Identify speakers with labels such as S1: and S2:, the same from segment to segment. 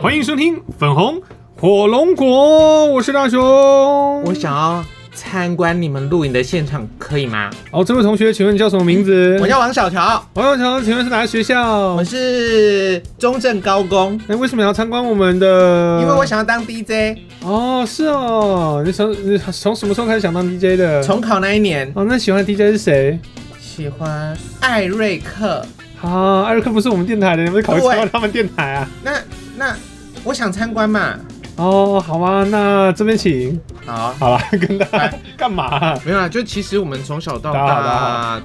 S1: 欢迎收听粉红火龙果，我是大雄。
S2: 我想要参观你们录影的现场，可以吗？哦
S1: 哦，这位同学，请问你叫什么名字？
S2: 我叫王小乔，
S1: 王小强，请问是哪个学校
S2: 我？是中正高工，
S1: 哎，为什么要参观我们的？
S2: 因为我想要当 DJ。
S1: 哦，是哦，你从你从什么时候开始想当 DJ 的？
S2: 重考那一年，
S1: 哦，那喜欢的 DJ 是谁？
S2: 喜欢艾瑞克。
S1: 啊，艾瑞克不是我们电台的，你们考虑参观他们电台啊？
S2: 那那我想参观嘛，
S1: 哦，好啊，那这边请。
S2: 好，
S1: 好了，跟大家
S2: 哎
S1: 干嘛啊、
S2: 没有啊，就其实我们从小到
S1: 大家好大
S2: 大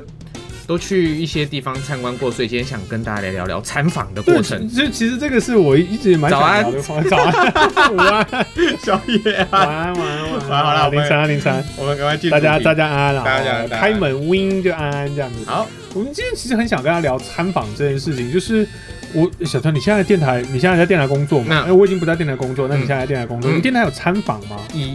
S2: 都去一些地方参观过，所以今天想跟大家来聊聊参访的
S1: 对，
S2: 过程。
S1: 就其实这个是我一直蛮想聊的。早安，午安，
S2: 小野
S1: 晚，安，晚安，晚
S2: 啊好
S1: 安。
S2: 好了我们
S1: 凌晨啊，凌晨啊，
S2: 我们赶快进
S1: 大家大家安安了。
S2: 大家安
S1: 好
S2: 大家安
S1: 开门 win 就安安这样子。
S2: 好，
S1: 我们今天其实很想跟大家聊参访这件事情，就是我小川，你现在在电台，你现在在电台工作嘛？
S2: 那
S1: 哎，我已经不在电台工作，那你
S2: 嗯
S1: 现在在电台工作，
S2: 嗯
S1: 你电台有参访吗？
S2: 以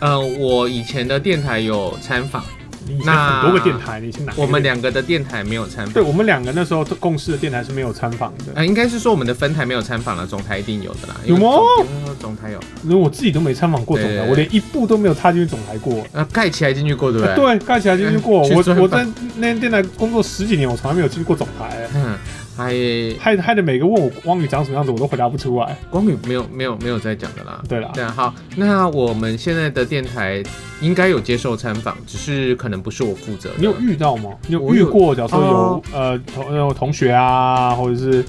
S2: 呃，我以前的电台有参访，
S1: 你以前
S2: 那
S1: 很多个电台，你是哪一个？
S2: 我们两个的电台没有参访
S1: 对，。我们两个那时候共事的电台是没有参访的，
S2: 呃，应该是说我们的分台没有参访了，总台一定有的啦。
S1: 有吗
S2: 因为总台有，
S1: 因为我自己都没参访过总台，
S2: 对
S1: 我连一步都没有踏进去总台过。
S2: 呃，盖起来进去过，对不 对？。
S1: 对，盖起来进去过。
S2: 去
S1: 我
S2: 专
S1: 我
S2: 访
S1: 在那间电台工作十几年，我从来没有进去过总台，
S2: 嗯，还
S1: 害害得每个问我汪宇长什么样子，我都回答不出来。
S2: 光宇没有没有没有在讲的啦。
S1: 对啦，
S2: 对啊，好，那我们现在的电台应该有接受参访，只是可能不是我负责的。
S1: 你有遇到吗？你有
S2: 我
S1: 遇
S2: 有
S1: 过，假如说有、
S2: 哦
S1: 呃同呃同学啊，或者是一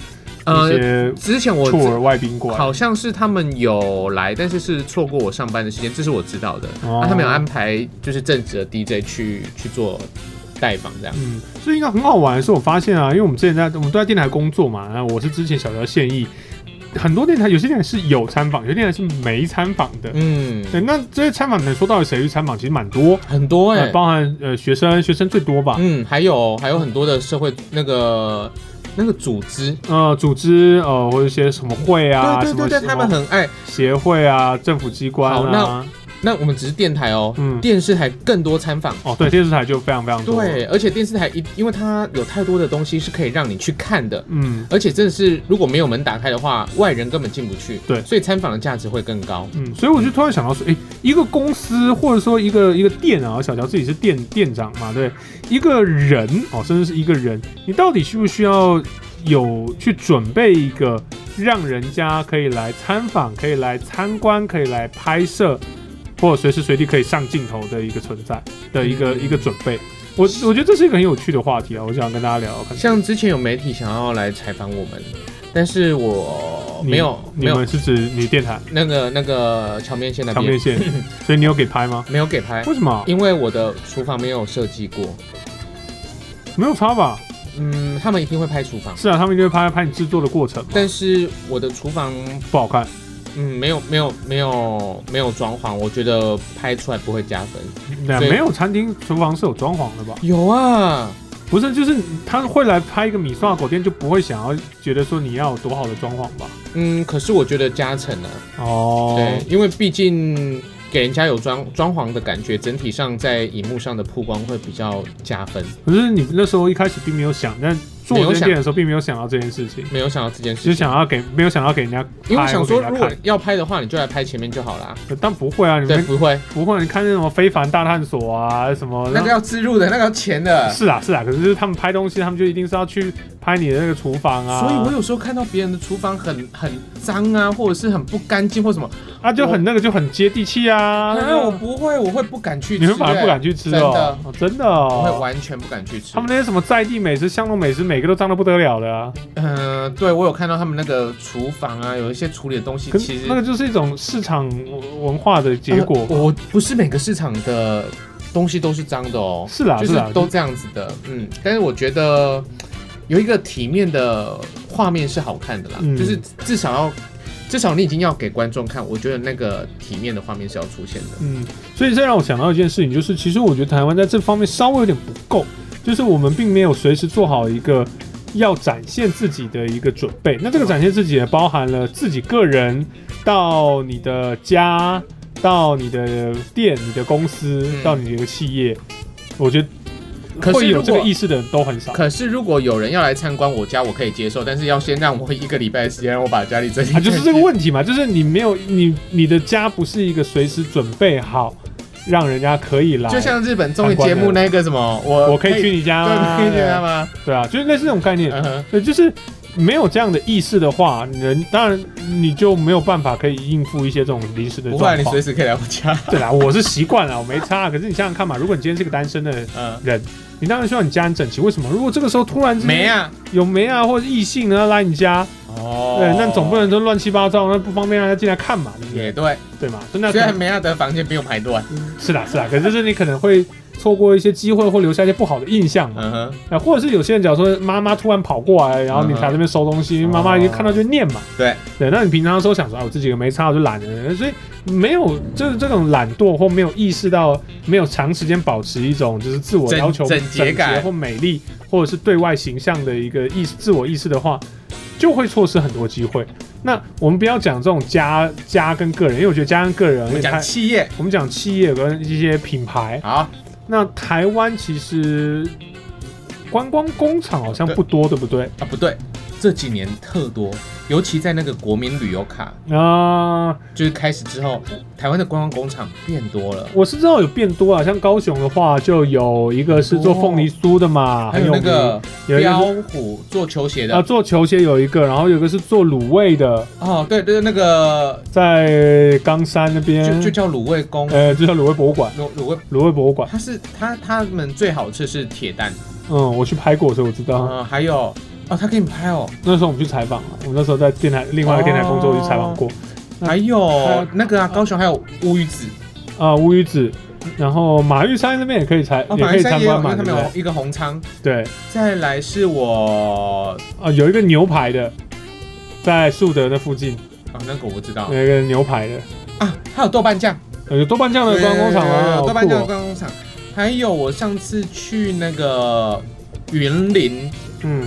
S2: 呃，
S1: 些
S2: 之前我
S1: 出
S2: 知
S1: 尔外宾过来，
S2: 好像是他们有来，但是是错过我上班的时间，这是我知道的。
S1: 哦
S2: 啊，他们有安排就是正职的 DJ 去去做带访这样。
S1: 嗯，所以应该很好玩的是，我发现啊，因为我们之前在我们都在电台工作嘛，然后我是之前小小现役，很多电台有些电台是有参访，有些电台是没参访的。
S2: 嗯，
S1: 对，那这些参访能说到底谁去参访，其实蛮多，
S2: 很多哎、
S1: 呃，包含呃学生，学生最多吧。
S2: 嗯，还有还有很多的社会那个那个组织，
S1: 呃，组织呃，或者一些什么会啊，
S2: 对对对
S1: 什
S2: 对，
S1: 么
S2: 他们很爱。
S1: 协会啊，政府机关
S2: 好
S1: 啊
S2: 那，那我们只是电台哦，
S1: 嗯
S2: 电视台更多参访。
S1: 哦，对，电视台就非常非常多。，
S2: 对，而且电视台一，因为它有太多的东西是可以让你去看的，
S1: 嗯
S2: 而且真的是如果没有门打开的话，外人根本进不去。
S1: 对
S2: 所以参访的价值会更高。
S1: 嗯，所以我就突然想到说，诶，一个公司或者说一个一个店啊，小乔自己是店店长嘛，对，一个人哦，甚至是一个人，你到底需不需要有去准备一个让人家可以来参访、可以来参观、可以来拍摄，或者随时随地可以上镜头的一个存在的一个、
S2: 嗯
S1: 一个准备？我我觉得这是一个很有趣的话题啊，我想跟大家聊聊看。
S2: 像之前有媒体想要来采访我们，但是我
S1: 你
S2: 没有
S1: 你
S2: 没有
S1: 们是指你电台
S2: 那个那个桥面线那
S1: 长面
S2: 边
S1: 线，所以你有给拍吗？
S2: 没有给拍，
S1: 为什么？
S2: 因为我的厨房没有设计过。
S1: 没有差吧？
S2: 嗯，他们一定会拍厨房，
S1: 是啊，他们就会拍拍你制作的过程嘛，
S2: 但是我的厨房，
S1: 不好看。
S2: 嗯，没有没有没有没有装潢，我觉得拍出来不会加分。
S1: 对啊，
S2: 所以
S1: 没有餐厅厨房是有装潢的吧？
S2: 有啊，
S1: 不是，就是他会来拍一个米刷狗店，就不会想要觉得说你要有多好的装潢吧？
S2: 嗯，可是我觉得加成啊，
S1: 哦，
S2: 对，因为毕竟给人家有装装潢的感觉，整体上在荧幕上的曝光会比较加分。
S1: 可是你那时候一开始并没有想，但做
S2: 没有
S1: 这间
S2: 想
S1: 店的时候并没有想到这件事情，
S2: 没有想到这件事
S1: 只
S2: 情，
S1: 是想要给没有想要给人家拍，
S2: 因为我想说，
S1: 或给
S2: 如
S1: 人家
S2: 果
S1: 看
S2: 要拍的话，你就来拍前面就好啦。
S1: 但不会啊，你
S2: 对，
S1: 们
S2: 不会，
S1: 不会，你看那什么非凡大探索啊，什么
S2: 那个要自入的，那个要钱的。
S1: 是啊是啊，可是就是他们拍东西，他们就一定是要去拍你的那个厨房啊，
S2: 所以我有时候看到别人的厨房很很脏啊，或者是很不干净或什么，
S1: 啊就很那个就很接地气啊，那
S2: 啊，
S1: 个
S2: 我不会，我会不敢去吃、
S1: 你们反而不敢
S2: 欸，
S1: 去吃哦，哦真的
S2: 我会
S1: 哦。
S2: 完全不敢去吃。
S1: 他们那些什么在地美食、巷弄美食，每个都脏的不得了的啊！
S2: 嗯、对我有看到他们那个厨房啊，有一些处理的东西，
S1: 可
S2: 其
S1: 是
S2: 实
S1: 那个就是一种市场文化的结果。
S2: 呃我不是每个市场的东西都是脏的哦，
S1: 是啦
S2: 就是
S1: 啦，
S2: 都这样子的，嗯。但是我觉得有一个体面的画面是好看的啦，
S1: 嗯
S2: 就是至少要。至少你已经要给观众看，我觉得那个体面的画面是要出现的。
S1: 嗯，所以这让我想到一件事情，就是其实我觉得台湾在这方面稍微有点不够，就是我们并没有随时做好一个要展现自己的一个准备。那这个展现自己也包含了自己个人到你的家、到你的店、你的公司、
S2: 嗯
S1: 到你的一个企业，我觉得。
S2: 可是
S1: 会有
S2: 如
S1: 这
S2: 果
S1: 个意识的人都很少。
S2: 可是如果有人要来参观我家，我可以接受，但是要先让我一个礼拜的时间让我把家里整理
S1: 啊，
S2: 干净。
S1: 就是这个问题嘛，就是你没有你你的家不是一个随时准备好让人家可以来，
S2: 就像日本综艺节目那个什么，我
S1: 啊我可以去你家
S2: 对，
S1: 吗？
S2: 可以去他吗？
S1: 对啊，就是类似这种概念。
S2: 嗯哼，
S1: 对，就是没有这样的意识的话，人当然你就没有办法可以应付一些这种临时的
S2: 不
S1: 状
S2: 会啊，
S1: 况。
S2: 你随时可以来我家。
S1: 对啦，我是习惯了，我没差。可是你想想看嘛，如果你今天是个单身的
S2: 嗯，
S1: 人，你当然希望你家人整齐。为什么？如果这个时候突然之间
S2: 没啊。
S1: 有没啊，或者是异性呢来你家，
S2: 哦
S1: 对，那总不能都乱七八糟，那不方便让他进来看嘛，对不
S2: 也
S1: 对？对
S2: 对，
S1: 嘛，就那
S2: 虽然梅亚德房间比我们还乱。
S1: 是啦是啦，可是就是你可能会错过一些机会，或留下一些不好的印象嘛。
S2: 嗯哼，
S1: 啊，或者是有些人假如说妈妈突然跑过来，然后你
S2: 嗯哼
S1: 才在那边收东西，
S2: 哦
S1: 妈妈已经看到就念嘛。
S2: 对
S1: 对，那你平常的时候想说啊，我这几个没擦我就懒了，所以没有这这种懒惰或没有意识到，没有长时间保持一种就是自我
S2: 整
S1: 要求
S2: 整洁感
S1: 或美丽，或者是对外形象的一个意识自我意识的话，就会错失很多机会。那我们不要讲这种家家跟个人，因为我觉得家跟个人，
S2: 我们讲
S1: 它
S2: 企业，
S1: 我们讲企业跟一些品牌，
S2: 好，
S1: 那台湾其实观光工厂好像不多，对不对？
S2: 啊，不对，这几年特多，尤其在那个国民旅游卡
S1: 啊、
S2: 就是开始之后，台湾的观光工厂变多了，
S1: 我是知道有变多啊，像高雄的话，就有一个是做凤梨酥的嘛，
S2: 还
S1: 啊很
S2: 有
S1: 有
S2: 那个
S1: 名有一
S2: 标
S1: 个
S2: 虎做球鞋
S1: 是
S2: 的
S1: 啊，做球鞋有一个，然后有一个是做卤味的，
S2: 哦，对对，那个
S1: 在冈山那边
S2: 就，就叫卤味公
S1: 呃，就叫卤味博物馆，
S2: 卤卤味，
S1: 卤味博物馆，
S2: 它是它他们最好吃是铁蛋，
S1: 嗯，我去拍过，所以我知道。
S2: 嗯，还有哦，他给你拍哦，
S1: 那时候我们去采访，我那时候在电台另外一个电台工作，我去采访过
S2: 嗯
S1: 那
S2: 还
S1: 还
S2: 有
S1: 有
S2: 那个啊，高雄还有乌鱼子，
S1: 啊，乌鱼子，然后马玉山那边也可以采，
S2: 哦，
S1: 也
S2: 马
S1: 可
S2: 来
S1: 以
S2: 山
S1: 参
S2: 也有，
S1: 观
S2: 因
S1: 嘛，
S2: 为他
S1: 对
S2: 们
S1: 不对
S2: 有？一个红仓，
S1: 对，
S2: 再来是我
S1: 啊，有一个牛排的，在树德那附近
S2: 哦，那个我不知道
S1: 有一个牛排的，
S2: 啊，还有豆瓣酱，
S1: 呃有豆瓣酱的观光工厂
S2: 有有有
S1: 啊，
S2: 有
S1: 好
S2: 豆瓣
S1: 酷
S2: 酱的
S1: 哦。
S2: 观光工厂，还有我上次去那个云林，
S1: 嗯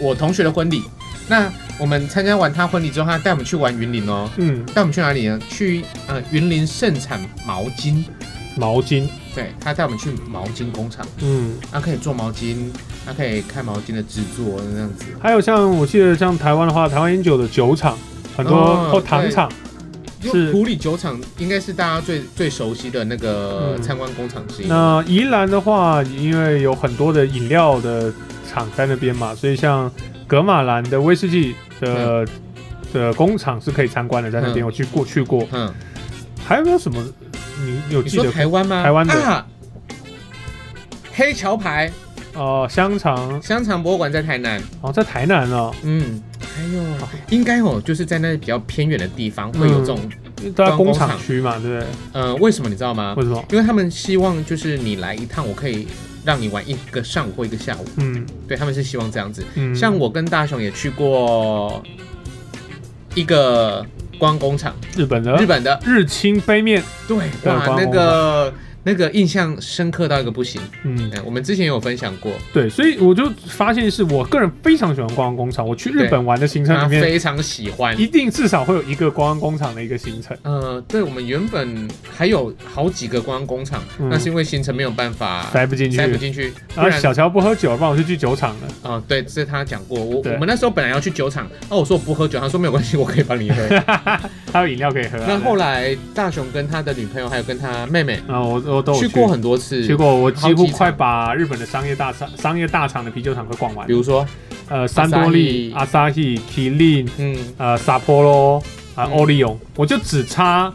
S2: 我同学的婚礼，那我们参加完他婚礼之后，他带我们去玩云林哦。
S1: 嗯，
S2: 带我们去哪里呢？去呃云林盛产毛巾，
S1: 毛巾，
S2: 对他带我们去毛巾工厂，
S1: 嗯，
S2: 他可以做毛巾，他可以看毛巾的制作那样子。
S1: 还有像我记得像台湾的话，台湾烟酒的酒厂很
S2: 哦
S1: 多或糖厂，
S2: 因
S1: 是
S2: 为普里酒厂应该是大家最最熟悉的那个
S1: 嗯
S2: 参观工厂之一。
S1: 那宜兰的话，因为有很多的饮料的厂在那边嘛，所以像格马兰的威士忌的。的工厂是可以参观的，在那边
S2: 嗯
S1: 我去过去过，
S2: 嗯，
S1: 还有没有什么你你有
S2: 你
S1: 记
S2: 说
S1: 得？
S2: 台湾吗？
S1: 台湾的
S2: 啊，黑桥牌
S1: 哦，香肠
S2: 香肠博物馆在台南。
S1: 哦，在台南啊、
S2: 嗯，还有应该哦，就是在那比较偏远的地方会有这种，
S1: 都在
S2: 工
S1: 啊工
S2: 厂
S1: 厂区嘛，对不对？
S2: 呃，为什么你知道吗
S1: 为？什么？
S2: 因为他们希望就是你来一趟，我可以让你玩一个上午或一个下午，
S1: 嗯
S2: 对他们是希望这样子。
S1: 嗯，
S2: 像我跟大雄也去过一个观光工厂，
S1: 日本的
S2: 日本的，
S1: 日清杯面，
S2: 对，
S1: 啊对
S2: 哇，
S1: 观光
S2: 那个那个印象深刻到一个不行。
S1: 嗯，
S2: 哎我们之前也有分享过，
S1: 对，所以我就发现是我个人非常喜欢观光工厂。我去日本玩的行程
S2: 他
S1: 里面，
S2: 非常喜欢。
S1: 一定至少会有一个观光工厂的一个行程。
S2: 呃，对，我们原本还有好几个观光工厂，
S1: 嗯
S2: 那是因为行程没有办法
S1: 塞不进去
S2: 啊
S1: 啊
S2: 塞不进去，不
S1: 然后
S2: 然
S1: 小乔不喝酒，不然我就去酒厂了。
S2: 啊、对，这是他讲过。我
S1: 对
S2: 我们那时候本来要去酒厂，哦，我说我不喝酒，他说没有关系，我可以帮你喝。
S1: 还有饮料可以喝、啊。
S2: 那后来大雄跟他的女朋友还有跟他妹妹
S1: 啊，我我都有
S2: 去过很多次，
S1: 去，过，我几
S2: 好
S1: 乎
S2: 几场
S1: 快把日本的商业大厂、商业大厂的啤酒厂都逛完
S2: 比。如说，
S1: 呃，三多利、阿萨希、麒麟、
S2: 嗯，
S1: 呃，萨波罗啊，
S2: 嗯
S1: 欧利永，我就只差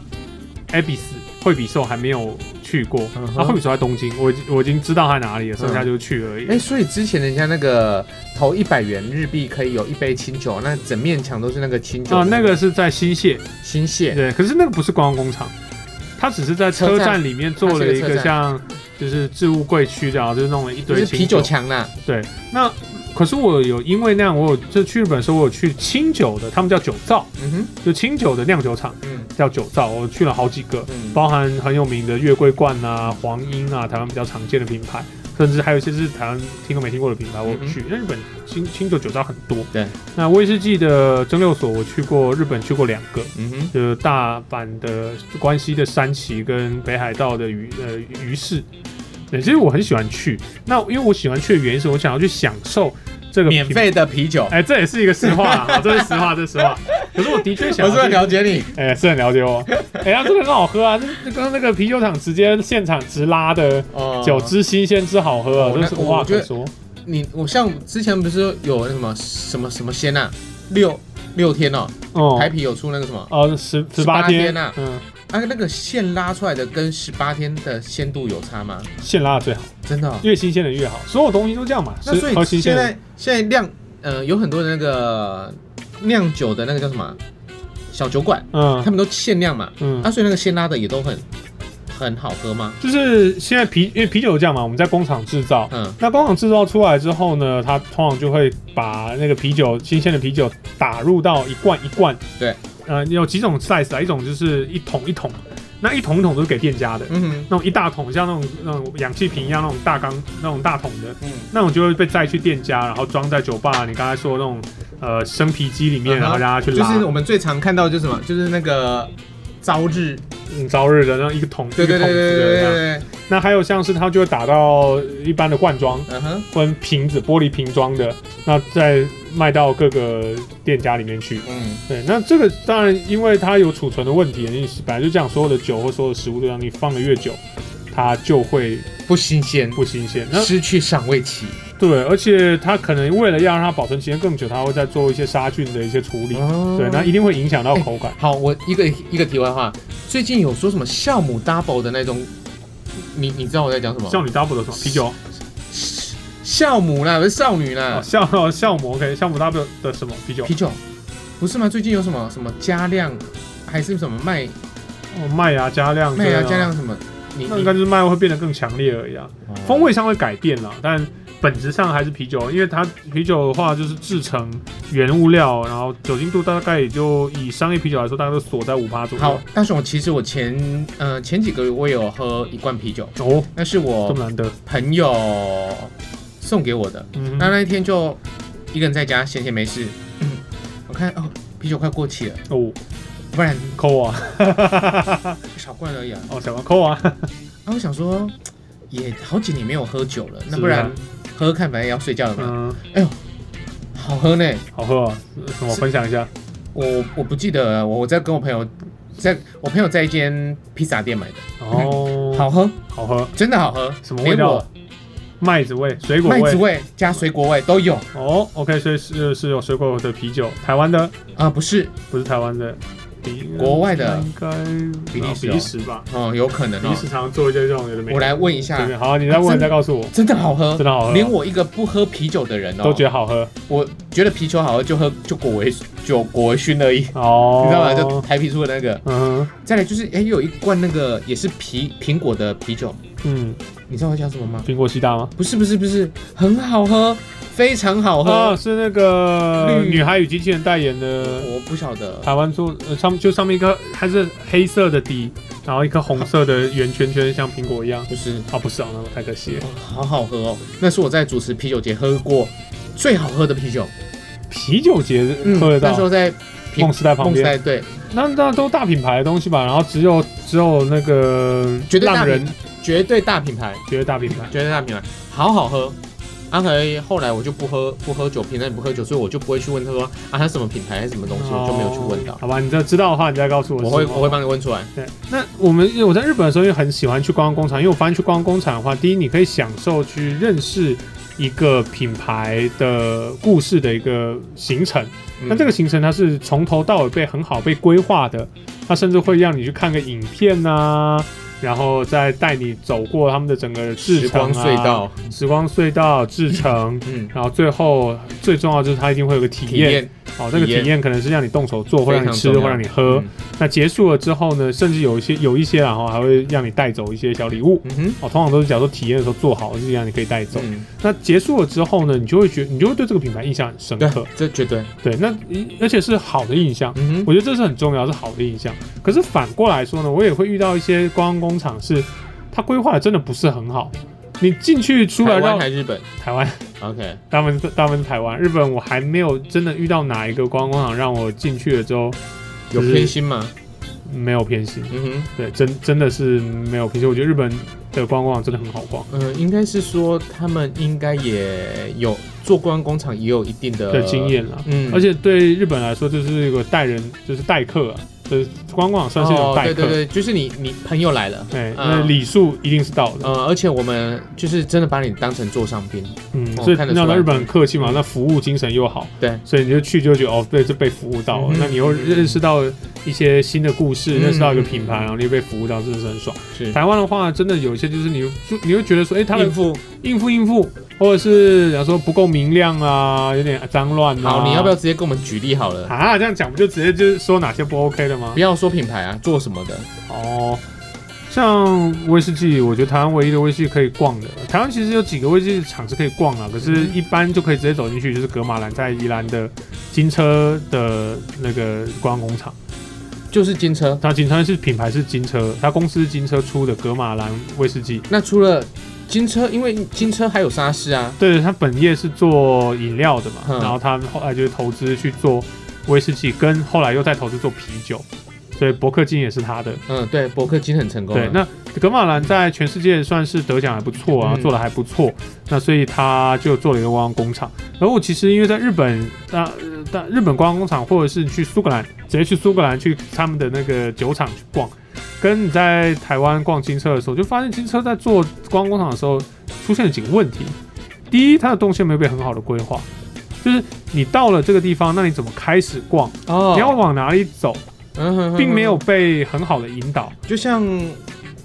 S1: Abis 惠比寿还没有去过。
S2: 嗯哼
S1: 啊，惠比寿在东京，我已经我已经知道它哪里了，剩下就是去而已。
S2: 哎、所以之前人家那个投一百元日币可以有一杯清酒，那整面墙都是那个清酒
S1: 啊，那个是在新泻，
S2: 新泻，
S1: 对，可是那个不是观光工厂，它只是在
S2: 车
S1: 车
S2: 站
S1: 站里面做了一
S2: 它是一个
S1: 个
S2: 车
S1: 像就是置物柜区的啊，就是弄了一
S2: 就
S1: 堆
S2: 是啤酒
S1: 清
S2: 墙啦，
S1: 对，那可是我有因为那样，我有就去日本的时候，我有去清酒的，他们叫酒造，
S2: 嗯哼，
S1: 就清酒的酿酒厂
S2: 嗯
S1: 叫酒造，我去了好几个。
S2: 嗯，
S1: 包含很有名的月桂冠啊、黄英啊，台湾比较常见的品牌，甚至还有一些是台湾听都没听过的品牌，我
S2: 嗯哼
S1: 去。那日本清清酒酒糟很多，
S2: 对。
S1: 那威士忌的蒸馏所我去过，日本去过两个，
S2: 嗯哼，
S1: 就是大阪的关西的山崎跟北海道的鱼呃鱼市。对，其实我很喜欢去，那因为我喜欢去的原因是我想要去享受这个
S2: 免
S1: 品。
S2: 费的啤酒。
S1: 哎、这也是一个实话啦，好这是实话，这是实话。可是我的确想
S2: 我
S1: 要
S2: 是
S1: 去，
S2: 很了解你，
S1: 哎、是很了解我。哎、呀，这个很好喝啊，那刚刚那个啤酒厂直接现场直拉的
S2: 哦
S1: 酒之新鲜之好喝啊，
S2: 哦
S1: 真是
S2: 那
S1: 无话
S2: 我觉
S1: 可
S2: 得
S1: 说。
S2: 你我像之前不是有那什么什么什么仙啊，六六天哦，
S1: 哦、
S2: 台啤有出那个什么
S1: 哦，十十八
S2: 18
S1: 天
S2: 天啊
S1: 嗯，
S2: 啊，那个线拉出来的跟十八天的鲜度有差吗？
S1: 现拉的最好，
S2: 真的哦、
S1: 越新鲜的越好，所有东西都这样嘛，
S2: 那
S1: 是
S2: 所
S1: 喝
S2: 以
S1: 新鲜
S2: 现
S1: 的。
S2: 在现在酿呃有很多的那个酿酒的那个叫什么啊小酒馆，
S1: 嗯
S2: 他们都限量嘛，
S1: 嗯，
S2: 啊，所以那个现拉的也都很很好喝吗？
S1: 就是现在啤，因为啤酒这样嘛，我们在工厂制造。
S2: 嗯，
S1: 那工厂制造出来之后呢，它通常就会把那个啤酒新鲜的啤酒打入到一罐一罐。
S2: 对，
S1: 呃，有几种 size 啊，一种就是一桶一桶，那一桶一桶都是给店家的，
S2: 嗯哼，
S1: 那种一大桶像那种那种氧气瓶一样那种大缸那种大桶的，
S2: 嗯，
S1: 那种就会被载去店家，然后装在酒吧你刚才说的那种呃生啤机里面，
S2: 嗯哼
S1: 然后让它去
S2: 就
S1: 拉。
S2: 是我们最常看到的就是什么，就是那个朝日，
S1: 嗯，朝日的那一个桶，
S2: 对对
S1: 一个
S2: 对
S1: 桶
S2: 对
S1: 子
S2: 对
S1: 的
S2: 对
S1: 这样。
S2: 对对，
S1: 那还有像是它就会打到一般的罐装
S2: 嗯哼，
S1: 跟瓶子、玻璃瓶装的，那再卖到各个店家里面去。
S2: 嗯，
S1: 对，那这个当然因为它有储存的问题，你本来就这样，所有的酒或所有的食物都这样，你放的越久，它就会
S2: 不新鲜，
S1: 不新鲜。那
S2: 失去赏味期，
S1: 对，而且它可能为了要让它保存期间更久，它会再做一些杀菌的一些处理。
S2: 哦
S1: 对，那一定会影响到口感。
S2: 好，我一个一个题外话，最近有说什么酵母 double 的那种，你你知道我在讲什么？
S1: 像你 double 的什么啤酒？
S2: 酵母啦，不是少女啦
S1: 哦，酵酵母 OK，酵母 double 的什么啤酒？
S2: 嗯啤酒，不是吗？最近有什么什么加量，啊还是什么麦
S1: 哦，麦芽加量，
S2: 麦
S1: 对
S2: 芽
S1: 啊
S2: 加量什么？你哦
S1: 那应该就是麦会变得更强烈而已啊，
S2: 你
S1: 风味上会改变啦，但本质上还是啤酒，因为它啤酒的话就是制成原物料，然后酒精度大概也就以商业啤酒来说，大概都锁在五趴左右。
S2: 好，大雄，其实我前呃前几个月我有喝一罐啤酒，
S1: 哦，
S2: 那
S1: 这
S2: 是我
S1: 么难得，
S2: 朋友送给我的。
S1: 嗯
S2: 那
S1: 哼，
S2: 那一天就一个人在家闲闲没事，嗯我看哦啤酒快过期了，
S1: 哦，
S2: 不然
S1: 抠啊，
S2: 少罐而已啊。
S1: 哦，小么抠啊，
S2: 啊，我想说，也好几年没有喝酒了，
S1: 是
S2: 那不
S1: 不是啊
S2: 然喝喝看，反正也要睡觉了嘛。
S1: 嗯，
S2: 好喝呢，
S1: 好喝啊，什么分享一下？
S2: 我我不记得了，我我在跟我朋友，在我朋友在一间披萨店买的，
S1: 哦，
S2: 好喝，
S1: 好喝，
S2: 真的好喝，
S1: 什么味道？麦子味、水
S2: 连
S1: 果
S2: 我？麦
S1: 味
S2: 子。味加水果味都有啊、
S1: 哦，OK，所以是是有水果的啤酒，台湾的
S2: 啊不是，
S1: 不是台湾的，比
S2: 国外的
S1: 应该啊
S2: 比利时
S1: 比
S2: 哦
S1: 利时吧，
S2: 哦，有可能
S1: 比利
S2: 哦。
S1: 时常做一些这种有的没的。
S2: 我来问一
S1: 对
S2: 下
S1: 不对，好，你再问再告诉我，
S2: 真的好喝，
S1: 真的好喝
S2: 连我一个不喝啤酒的人哦，
S1: 都觉得好喝
S2: 我觉得啤酒好喝就喝就果维就果维熏而已，
S1: 哦，
S2: 你知道吗？就台啤出的那个。
S1: 嗯
S2: 再来就是，哎、有一罐那个也是啤苹果的啤酒，
S1: 嗯，
S2: 你知道我叫什么吗？
S1: 苹果西大吗？
S2: 不是不是不是，很好喝，非常好喝。
S1: 啊，是那个
S2: 绿
S1: 女孩与机器人代言的，
S2: 我不晓得，
S1: 台湾做呃上就上面一颗它是黑色的底，然后一颗红色的圆圈圈，像苹果一样。
S2: 不是，
S1: 啊，不是啊，那太可惜了。
S2: 哦好好喝哦。那是我在主持啤酒节喝过最好喝的啤酒，嗯
S1: 啤酒节嗯喝得
S2: 那时候
S1: 到，
S2: 在啤
S1: 梦时代旁
S2: 梦时
S1: 边，
S2: 代对，
S1: 那那都大品牌的东西吧。然后只有只有那个
S2: 绝对大
S1: 浪
S2: 品
S1: 人
S2: 绝对大品牌，
S1: 觉得大品牌，
S2: 绝对大品牌，好好喝。阿以后来我就不喝不喝酒，平常也不喝酒，所以我就不会去问他说啊他什么品牌还是什么东西，我就没有去问
S1: 哦
S2: 到。
S1: 好吧，你这知道的话，你再告诉我是
S2: 我
S1: 什么。
S2: 会我会帮你问出来，
S1: 对，那我们我在日本的时候，因为很喜欢去观光工厂，因为我发现去观光工厂的话，第一你可以享受去认识一个品牌的故事的一个行程。那这
S2: 个
S1: 个行程它是从头到尾被很好被规划的，它甚至会让你去看个影片呐、然后再带你走过他们的整个制
S2: 时
S1: 程、啊、
S2: 光隧、道，
S1: 时光隧道、制程，
S2: 嗯，
S1: 然后最后最重要就是它一定会有个体
S2: 体
S1: 验。
S2: 验
S1: 哦，这个
S2: 体
S1: 体
S2: 验
S1: 验可能是让你动手做，会
S2: 非
S1: 让你
S2: 常
S1: 吃，
S2: 重要
S1: 会让你喝。
S2: 嗯
S1: 那结束了之后呢，甚至有一些有一些然后还会让你带走一些小礼物。
S2: 嗯哼，
S1: 哦，通常都是假如说体验的时候做好，就是让你可以带走。
S2: 嗯，
S1: 那结束了之后呢，你就会觉你就会对这个品牌印象很深刻
S2: 对。，这绝对，
S1: 对，那而且是好的印象。
S2: 嗯哼，
S1: 我觉得这是很重要，是好的印象。可是反过来说呢，我也会遇到一些观光工厂是，它规划的真的不是很好。你进去出来
S2: 台
S1: 到
S2: 湾还是日本
S1: 台湾，
S2: ？OK，
S1: 大部分是大部分是台湾，日本我还没有真的遇到哪一个观光厂让我进去了之后
S2: 有
S1: 就是
S2: 偏心吗？
S1: 没有偏心。
S2: 嗯哼，
S1: 对，真真的是没有偏心。我觉得日本的观光网真的很好逛。
S2: 嗯，应该是说他们应该也有做观光工厂，也有一定的
S1: 的经。验啦。
S2: 嗯，
S1: 而且对日本来说，就是一个带人，就是待客啊，就是观光网算是一种
S2: 哦，
S1: 待
S2: 对
S1: 客。
S2: 对对，就是你你朋友来了，
S1: 哎，
S2: 嗯
S1: 那礼数一定是到的，
S2: 呃，而且我们就是真的把你当成座上宾，
S1: 嗯，
S2: 哦
S1: 所以
S2: 看得
S1: 那
S2: 出来
S1: 到日本很客气嘛，那服务精神又好，
S2: 对，
S1: 所以你就去就觉得哦，对，这被服务到了
S2: 嗯，哼
S1: 那你又认识到一些新的故事，
S2: 嗯
S1: 认识到一个品牌，然后你又被服务到，真的是很爽。
S2: 是
S1: 台湾的话，真的有一些就是你就你会觉得说，哎，他的
S2: 应付。
S1: 应付应付，或者是假如说不够明亮啊，有点脏乱啊。
S2: 好，你要不要直接跟我们举例好了？
S1: 啊？这样讲不就直接就是说哪些不 OK 了吗
S2: 不？要说品牌啊，做什么的，
S1: 哦，像威士忌，我觉得台湾唯一的威士忌可以逛的，台湾其实有几个威士忌厂是可以逛啊，可是
S2: 嗯
S1: 一般就可以直接走进去，就是格马兰在宜兰的金车的那个观光工厂。
S2: 就是金车。
S1: 它金车是品牌是金车，它公司是金车出的格马兰威士忌。
S2: 那除了金车，因为金车还有沙士啊，
S1: 对，它本业是做饮料的嘛，
S2: 嗯
S1: 然后它后来就是投资去做威士忌，跟后来又再投资做啤酒，所以伯克金也是它的。
S2: 嗯，对，伯克金很成功啊。
S1: 对，那格马兰在全世界算是得奖还不错啊，
S2: 嗯
S1: 做的还不错，那所以他就做了一个观光工厂。然后其实因为在日本，大、呃、大日本观光工厂，或者是去苏格兰，直接去苏格兰去他们的那个酒厂去逛，跟你在台湾逛金车的时候，就发现金车在做观光工厂的时候出现了几个问题。第一，它的动线没有被很好的规划，就是你到了这个地方，那你怎么开始逛？
S2: 哦，
S1: 你要往哪里走，
S2: 嗯哼哼
S1: 并没有
S2: 哼
S1: 被很好的引导。
S2: 哼，就像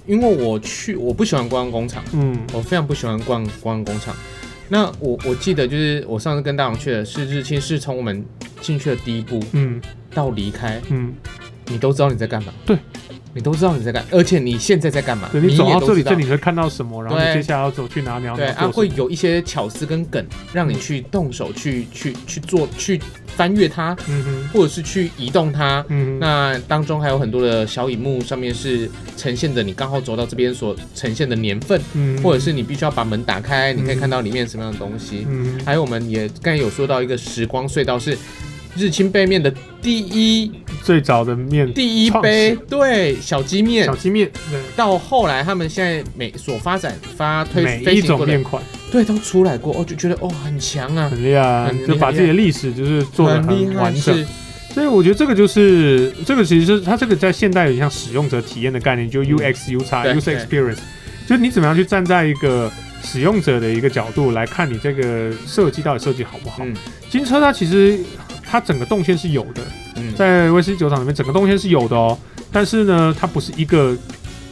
S2: 因为我去，我不喜欢观光工厂，
S1: 嗯，
S2: 我非常不喜欢逛观光工厂。那我我记得就是我上次跟大王去的是日清，是从我们进去的第一步
S1: 嗯
S2: 到离开，
S1: 嗯，
S2: 你都知道你在干嘛。
S1: 对，
S2: 你都知道你在干，而且你现在在干嘛？
S1: 对你走
S2: 也
S1: 到
S2: 都
S1: 这里，
S2: 知道
S1: 这里会看到什么，然后你
S2: 对
S1: 接下来要走去哪里，然后
S2: 对
S1: 你
S2: 啊，
S1: 要做
S2: 会
S1: 什么
S2: 有一些巧思跟梗，让你去动手去去去做去翻阅它，
S1: 嗯哼，
S2: 或者是去移动它。
S1: 嗯哼，
S2: 那当中还有很多的小荧幕，上面是呈现着你刚好走到这边所呈现的年份，
S1: 嗯哼，
S2: 或者是你必须要把门打开，你可以
S1: 嗯
S2: 看到里面什么样的东西。
S1: 嗯哼，
S2: 还有我们也刚才有说到一个时光隧道是日清背面的第一
S1: 最早的面
S2: 第一
S1: 创
S2: 杯
S1: 始，
S2: 对小鸡面
S1: 小。鸡面，对，
S2: 到后来，他们现在每所发展发推
S1: 每
S2: 飞
S1: 一
S2: 行
S1: 种
S2: 过的
S1: 面款
S2: 对，都出来过，哦，就觉得哦很强啊，
S1: 很厉害啊，
S2: 很
S1: 就把
S2: 很厉害
S1: 自己的历史就是做的
S2: 厉害，
S1: 完整。
S2: 是
S1: 所以我觉得这个就是这个，其实是它这个在现代有点像使用者体验的概念，就 UX、U 叉
S2: 嗯对
S1: user experience，就是你怎么样去站在一个使用者的一个角度来看你这个设计到底设计好不好
S2: 嗯。
S1: 金车它其实它整个动线是有的，
S2: 嗯，
S1: 在威士忌酒厂里面，整个动线是有的哦，但是呢，它不是一个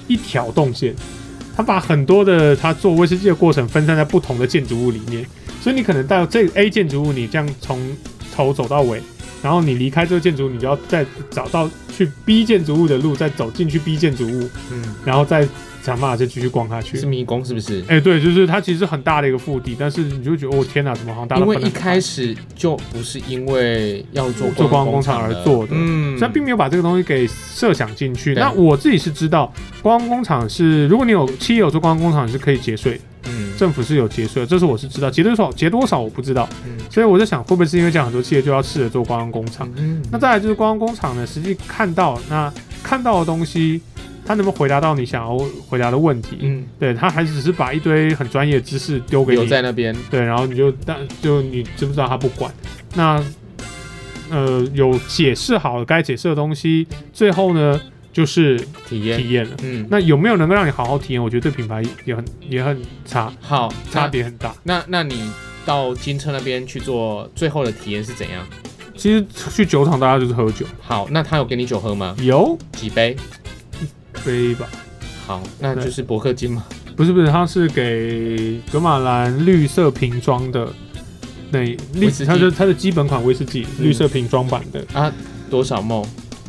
S1: 一条动线，它把很多的它做威士忌的过程分散在不同的建筑物里面，所以你可能到这 A 建筑物，你这样从头走到尾，然后你离开这个建筑，你就要再找到去 B 建筑物的路，再走进去 B 建筑物，
S2: 嗯，
S1: 然后再想办法再继续逛下去
S2: 是。迷宫是不是？
S1: 哎、对，就是它其实很大的一个腹地，但是你就觉得哦天哪，怎么好像大家
S2: 因
S1: 都
S2: 为
S1: 分得
S2: 一
S1: 很
S2: 开
S1: 开
S2: 始就不是因为要做
S1: 做
S2: 光
S1: 光工厂
S2: 了
S1: 而做的所
S2: 嗯，
S1: 以他并没有把这个东西给设想进去。
S2: 对
S1: 那我自己是知道，观光工厂是，如果你有企业有做观光工厂是可以节税，
S2: 嗯
S1: 政府是有节税的，这是我是知道，节多少节多少我不知道。
S2: 嗯
S1: 所以我在想，会不会是因为这样，很多企业就要试着做观光工厂？
S2: 嗯
S1: 啊那再来就是观光工厂呢，实际看到那看到的东西，它能不能回答到你想要回答的问题？
S2: 嗯
S1: 对，它还只是把一堆很专业的知识丢给
S2: 留
S1: 你，
S2: 在那边，
S1: 对，然后你就但就你知不知道他不管，那呃有解释好该解释的东西，最后呢就是
S2: 体验，
S1: 体验了。
S2: 嗯，
S1: 那有没有能够让你好好体验？我觉得对品牌也很也很差，
S2: 好，
S1: 差别很大。
S2: 那。那那你到金车那边去做最后的体验是怎样？
S1: 其实去酒厂大家就是喝酒，
S2: 好，那他有给你酒喝吗？
S1: 有
S2: 几杯？
S1: 杯吧？
S2: 好，那
S1: 对
S2: 就是伯克金嘛。
S1: 不是不是，它是给格马兰绿色瓶装的那
S2: 威
S1: 绿
S2: 士忌，
S1: 它是它的基本款威士忌，
S2: 嗯
S1: 绿色瓶装版的，
S2: 啊，多少梦？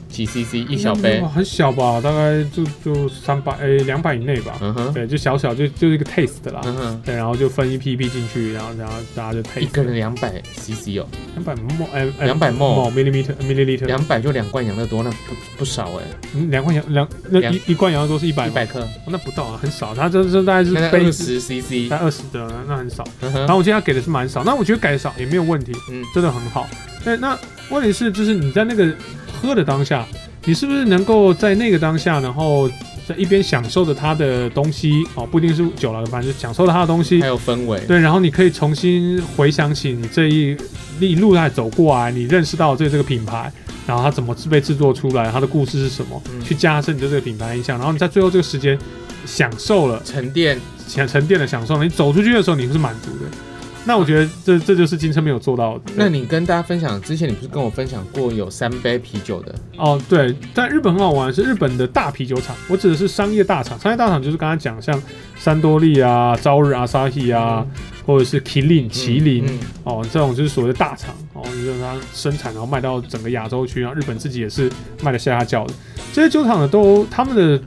S2: 几 CC？一小杯
S1: 哇，？很小吧，大概就就三百诶两百以内吧。
S2: 嗯哼，
S1: 对，就小小就就是一个 taste 的啦。
S2: 嗯哼，
S1: 对，然后就分一批一批进去，然后然后大家就配
S2: 一个人两百 CC 哦。
S1: 两百 m 哎
S2: 200 ml
S1: milliliter 呃 milliliter
S2: 两百就两罐养乐多，那不不少哎、
S1: 嗯两块钱两那
S2: 两
S1: 一一罐羊肉多是一百
S2: 一百克，
S1: 那不到啊，很少，它这这大概是
S2: 现在
S1: 杯
S2: 二
S1: 子
S2: 十 CC，
S1: 才二十的，那很少。
S2: 嗯
S1: 然后
S2: 哼，
S1: 我今天给的是蛮少，那我觉得改少也没有问题，
S2: 嗯
S1: 真的很好。对，那问题是就是你在那个喝的当下，你是不是能够在那个当下，然后在一边享受着他的东西哦，不一定是酒了，反正就享受他的东西
S2: 还。有氛围，
S1: 对，然后你可以重新回想起你这一一路来走过啊来，你认识到这这个品牌，然后它怎么被制作出来，它的故事是什么，
S2: 嗯
S1: 去加深你对这个品牌的印象。然后你在最后这个时间享受了，
S2: 沉淀
S1: 沉沉淀了享受了，你走出去的时候你是满足的。那我觉得这这就是金车没有做到的。
S2: 那你跟大家分享，之前你不是跟我分享过有三杯啤酒的？
S1: 哦，对，但日本很好玩，是日本的大啤酒厂。我指的是商业大厂，商业大厂就是刚才讲像三多利啊、朝日、阿萨希啊，或者是麒麟、麒麟、
S2: 嗯，
S1: 哦，这种就是所谓的大厂哦，就是它生产然后卖到整个亚洲区，然后日本自己也是卖得下下叫的。这些酒厂呢，都他们的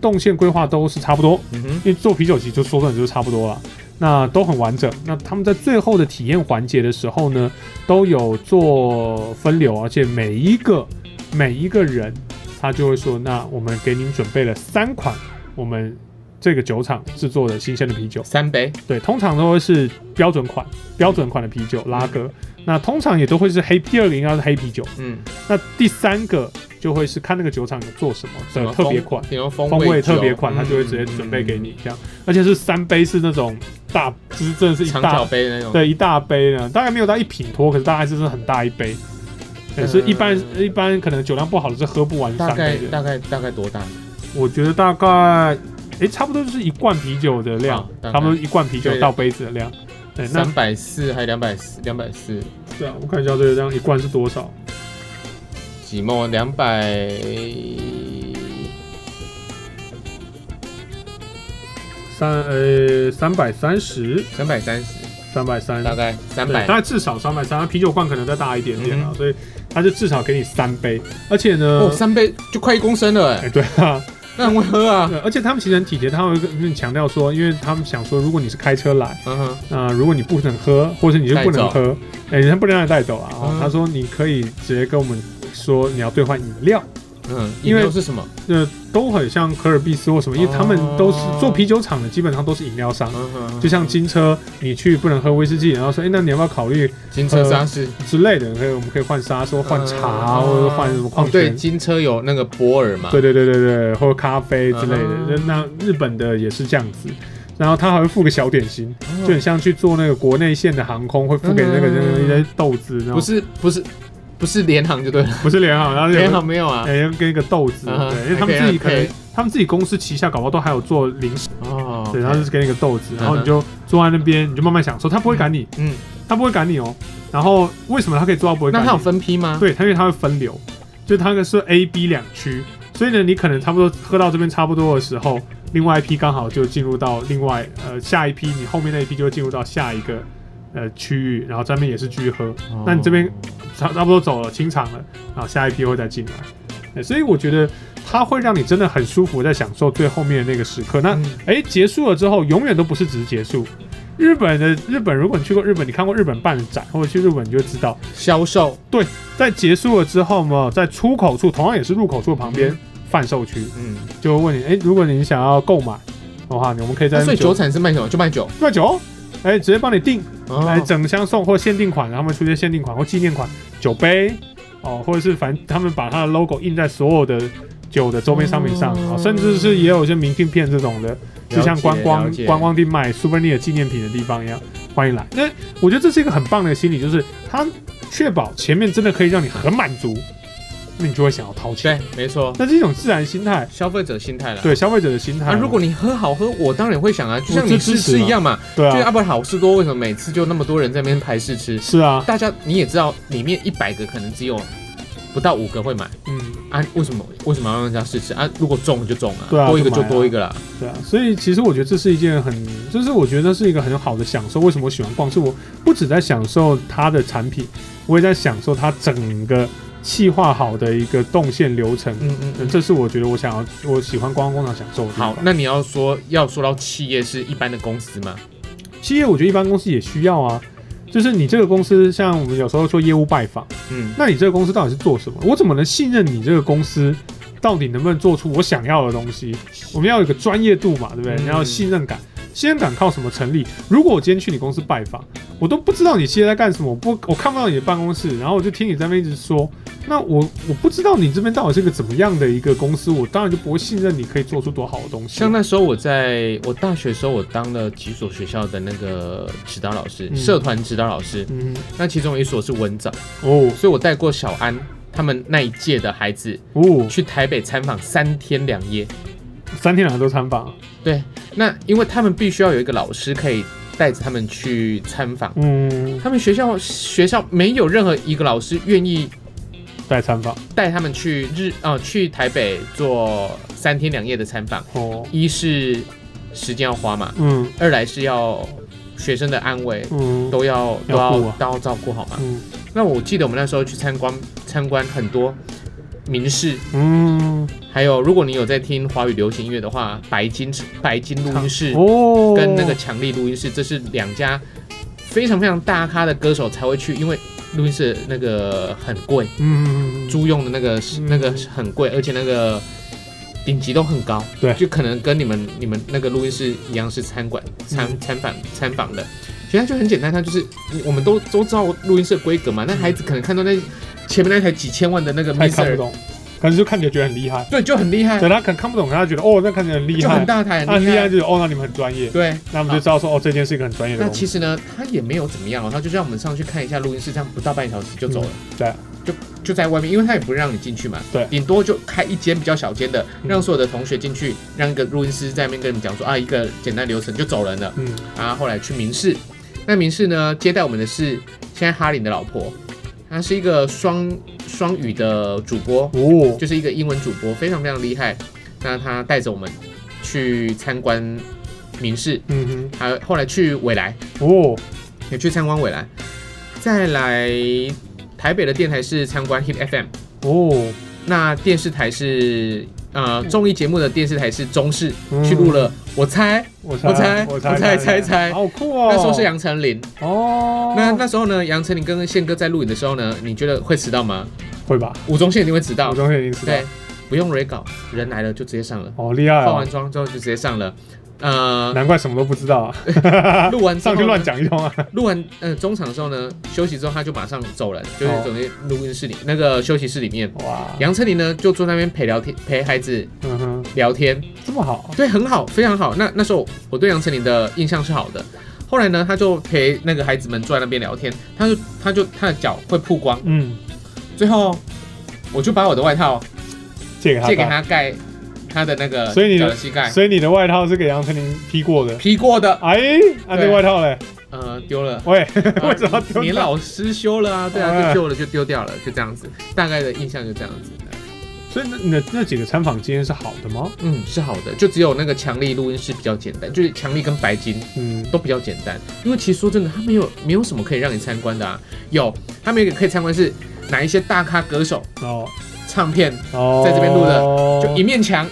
S1: 动线规划都是差不多，
S2: 嗯嗯哼，
S1: 因为做啤酒其实就说真的就是差不多了，那都很完整。那他们在最后的体验环节的时候呢，都有做分流，而且每一个每一个人他就会说，那我们给您准备了三款我们这个酒厂制作的新鲜的啤酒。
S2: 三杯，
S1: 对，通常都会是标准款，标准款的啤酒拉格。那通常也都会是黑第二个应该是黑啤酒，
S2: 嗯，
S1: 那第三个就会是看那个酒厂有做什么
S2: 什
S1: 的
S2: 么
S1: 特别
S2: 风
S1: 款，
S2: 比如风
S1: 风味特
S2: 酒嗯
S1: 别款，它就会直接准备给你这样，而且是三杯是那种大，就是真的是一
S2: 长角
S1: 大
S2: 杯的那种。
S1: 对一大杯呢，大概没有到一品脱，可是大概就是很大一杯。也是一般
S2: 嗯
S1: 一般可能酒量不好的是喝不完
S2: 大
S1: 三
S2: 概
S1: 杯的，
S2: 大概大概多大？
S1: 我觉得大概诶差不多就是一罐啤酒的量
S2: 啊，大概
S1: 差不多一罐啤酒
S2: 对
S1: 到杯子的量。对，那
S2: 三百四还两百四？两百四
S1: 对啊，我看一下这个这样一罐是多少？
S2: 几毛？啊两百
S1: 三呃三百三十，
S2: 三百三十，
S1: 三百三，对
S2: 大概三百
S1: 大概至少三百三，啤酒罐可能再大一点点啊，
S2: 嗯
S1: 所以它就至少给你三杯，而且呢，
S2: 哦，三杯就快一公升了，
S1: 哎、
S2: 哎，
S1: 对啊，
S2: 那很会喝啊。
S1: 对，而且他们其实很体贴，他们会跟你强调说，因为他们想说，如果你是开车来，
S2: 嗯哼，
S1: 那、如果你不能喝，或者你就不能喝，哎、人家不能让你带走啊、哦
S2: 嗯
S1: 他说你可以直接跟我们说你要兑换饮料，
S2: 嗯，
S1: 因为
S2: 饮料是什么？
S1: 那都很像可尔必斯或什么，因为他们都是
S2: 哦
S1: 做啤酒厂的，基本上都是饮料商。
S2: 嗯哼，
S1: 就像金车，你去不能喝威士忌，然后说，哎、那你要不要考虑
S2: 金车沙士，
S1: 之类的？可以，我们可以换沙说换茶啊，
S2: 嗯
S1: 或者说换什么矿
S2: 哦，对，
S1: 泉水。
S2: 金车有那个波尔嘛，
S1: 对对对对对，或者咖啡之类的
S2: 嗯。
S1: 那那日本的也是这样子，然后他还会附个小点心，
S2: 哦，
S1: 就很像去做那个国内线的航空会附给那个
S2: 嗯
S1: 那个一些豆子，然后
S2: 不是不是不是联航就对了，
S1: 不是联航，然后
S2: 联
S1: 有
S2: 航没有啊，
S1: 哎跟一个豆子，
S2: 嗯
S1: 对，因为他们
S2: 还
S1: 自
S2: 可以
S1: 己可
S2: 还可
S1: 能
S2: 以
S1: 他们自己公司旗下搞不好都还有做零食，
S2: 哦，
S1: 对，然后就是给你个豆子，然后
S2: 嗯哼
S1: 你就坐在那边你就慢慢享受，他不会赶你，
S2: 嗯，
S1: 他不会赶你哦。然后为什么他可以做到不会赶
S2: 那
S1: 你？
S2: 它有分批吗？，
S1: 对，它因为它会分流，就是它那个是 A、B 两区，所以呢，你可能差不多喝到这边差不多的时候，另外一批刚好就进入到另外呃下一批，你后面那一批就会进入到下一个呃区域，然后这边也是继续喝，
S2: 哦
S1: 那你这边差差不多走了清场了，然后下一批会再进来，呃所以我觉得它会让你真的很舒服，在享受最后面的那个时刻。那
S2: 嗯
S1: 哎、结束了之后，永远都不是只是结束。日本的日本，如果你去过日本，你看过日本办的展，或者去日本，你就知道，
S2: 销售，
S1: 在结束了之后嘛，在出口处同样也是入口处旁边贩售区，
S2: 嗯，
S1: 就会问你，哎、如果你想要购买的话，我们可以在
S2: 啊那所以酒
S1: 酒
S2: 厂是卖什么？就卖酒，
S1: 卖酒，哎、直接帮你订，来、
S2: 哦，
S1: 整箱送或限定款，然后他们出些限定款或纪念款酒杯，哦，或者是反正他们把它的 logo 印在所有的酒的周边商品上，
S2: 哦
S1: 哦，甚至是也有一些明信片这种的，就像观光
S2: 了解
S1: 观光地卖 souvenir 纪念品的地方一样，欢迎来。那我觉得这是一个很棒的心理，就是它确保前面真的可以让你很满足，那你就会想要掏钱。
S2: 对，没错，
S1: 那是一种自然心态，
S2: 消费者心态了。
S1: 对消费者的心态。
S2: 啊，如果你喝好喝，我当然也会想啊，就像
S1: 我
S2: 你
S1: 支
S2: 试
S1: 持
S2: 吃
S1: 嘛
S2: 一样嘛，
S1: 对
S2: 就是
S1: 啊，
S2: 阿伯好事多，为什么每次就那么多人在那边排试吃？
S1: 是啊，
S2: 大家你也知道，里面一百个可能只有不到五个会买
S1: 嗯，
S2: 啊，为什么为什么要让人家试吃啊？如果中就中啊，
S1: 对啊
S2: 多一个
S1: 就
S2: 就
S1: 买啊
S2: 多一个啦。
S1: 对啊，所以其实我觉得这是一件很，就是我觉得是一个很好的享受。为什么我喜欢逛？是我不只在享受它的产品，我也在享受它整个细化好的一个动线流程。
S2: 嗯嗯
S1: 嗯，这是我觉得我想要，我喜欢观光工厂享受的地方。
S2: 好，那你要说要说到企业是一般的公司吗？
S1: 企业我觉得一般公司也需要啊，就是你这个公司，像我们有时候说业务拜访，
S2: 嗯，
S1: 那你这个公司到底是做什么？我怎么能信任你这个公司？到底能不能做出我想要的东西？我们要有一个专业度嘛，对不对？
S2: 嗯
S1: 你要有信任感。信任感靠什么成立？如果我今天去你公司拜访，我都不知道你现在在干什么，我不我看不到你的办公室，然后我就听你在那边一直说，那我我不知道你这边到底是个怎么样的一个公司，我当然就不会信任你可以做出多好的东西。
S2: 像那时候我在我大学的时候，我当了几所学校的那个指导老师，
S1: 嗯
S2: 社团指导老师。
S1: 嗯
S2: 那其中有一所是文藻，
S1: 哦
S2: 所以我带过小安他们那一届的孩子
S1: 哦，
S2: 去台北参访三天两夜。
S1: 三天两头参访，
S2: 对，那因为他们必须要有一个老师可以带着他们去参访，
S1: 嗯，
S2: 他们学校学校没有任何一个老师愿意
S1: 带参访
S2: 带他们去日啊、去台北做三天两夜的参访，
S1: 哦，
S2: 一是时间要花嘛，
S1: 嗯
S2: 二来是要学生的安危
S1: 嗯
S2: 都要
S1: 要
S2: 都要
S1: 顾啊
S2: 都要照顾好嘛。
S1: 嗯
S2: 那我记得我们那时候去参观参观很多名士，
S1: 嗯，
S2: 还有如果你有在听华语流行音乐的话，白金白金录音室
S1: 哦，
S2: 跟那个强力录音室，这是两家非常非常大咖的歌手才会去，因为录音室那个很贵，
S1: 嗯
S2: 租用的那个
S1: 嗯
S2: 那个很贵，而且那个顶级都很高，
S1: 对
S2: 就可能跟你们你们那个录音室一样是餐馆参
S1: 嗯
S2: 参访参访的，其实它就很简单，它就是我们都都知道录音室的规格
S1: 嗯
S2: 嘛，那孩子可能看到那前面那台几千万的那个
S1: 他也看不
S2: mixer，
S1: 懂，可是就看起来觉得很厉害，
S2: 对，就很厉害，
S1: 对他可能看不懂，可他觉得哦，那看起来很厉
S2: 就很
S1: 害，
S2: 大台，
S1: 那很
S2: 很
S1: 厉
S2: 厉
S1: 害
S2: 害，
S1: 就是哦，那你们很专业，
S2: 对。
S1: 那我们就知道说哦，这件是一个很专业的
S2: 那
S1: 东西
S2: 其，实呢，他也没有怎么样、哦，他就让我们上去看一下录音室，这样不到半小时就走了。
S1: 对啊
S2: 就就在外面，因为他也不让你进去嘛。
S1: 对
S2: 顶多就开一间比较小间的，
S1: 嗯
S2: 让所有的同学进去，让一个录音师在那边跟你们讲说啊，一个简单流程就走人了。
S1: 嗯
S2: 啊，后来去民事，那民事呢接待我们的是现在哈林的老婆，她是一个双双语的主播，
S1: 哦，
S2: 就是一个英文主播，非常非常厉害。那他带着我们去参观民事，
S1: 嗯
S2: 还有后来去未来。
S1: 哼，哦，
S2: 也去参观未来，再来台北的电台是参观 Hit FM，
S1: 哦，
S2: 那电视台是呃综艺节目的电视台是中视，
S1: 嗯
S2: 去录了，我猜
S1: 我
S2: 我猜
S1: 我
S2: 我
S1: 猜
S2: 猜猜猜
S1: 好酷哦，
S2: 那时候是杨丞琳，
S1: 哦，
S2: 那那时候呢，杨丞琳跟宪哥在录影的时候呢，你觉得会迟到吗？
S1: 会吧，
S2: 吴宗宪一定会迟
S1: 我
S2: 到，
S1: 中学已经知道
S2: 对，，不用 re 稿，人来了就直接上了，
S1: 好厉害
S2: 化完
S1: 哦，
S2: 妆之后就直接上了，呃，
S1: 难怪什么都不知道，啊
S2: 录完之
S1: 上
S2: 后呢
S1: 去乱讲一通啊，
S2: 录完呃中场的时候呢，休息之后他就马上走人，就是
S1: 哦
S2: 走进录音室里那个休息室里面。
S1: 哇，
S2: 杨丞琳呢就坐那边陪聊天，陪孩子
S1: 嗯哼，
S2: 聊天，
S1: 这么好，
S2: 对，很好，非常好。那那时候我对杨丞琳的印象是好的。后来呢，他就陪那个孩子们坐在那边聊天，他就他就他的脚会曝光，
S1: 嗯，
S2: 最后我就把我的外套
S1: 借给他，
S2: 借给，他盖他的那个
S1: 所以你的
S2: 脚的膝盖
S1: 所以你的外套是给杨丞琳披过的，
S2: 皮过的，
S1: 哎，啊，这
S2: 对
S1: 外套嘞，
S2: 呃，丢了。
S1: 喂，
S2: 啊
S1: 为什么要丢
S2: 你
S1: 掉？
S2: 老师修了啊？对啊，
S1: 哎
S2: 就丢了就丢掉了，就这样子。大概的印象就这样子。
S1: 所以那那那几个参访经验是好的吗？
S2: 嗯，是好的，就只有那个强力录音室比较简单，就是强力跟白金
S1: 嗯，
S2: 都比较简单，因为其实说真的，它没有没有什么可以让你参观的啊。有，他们也可以参观是哪一些大咖歌手
S1: 哦
S2: 唱片，
S1: 哦，
S2: 在这边录的就一
S1: 的，
S2: 面墙，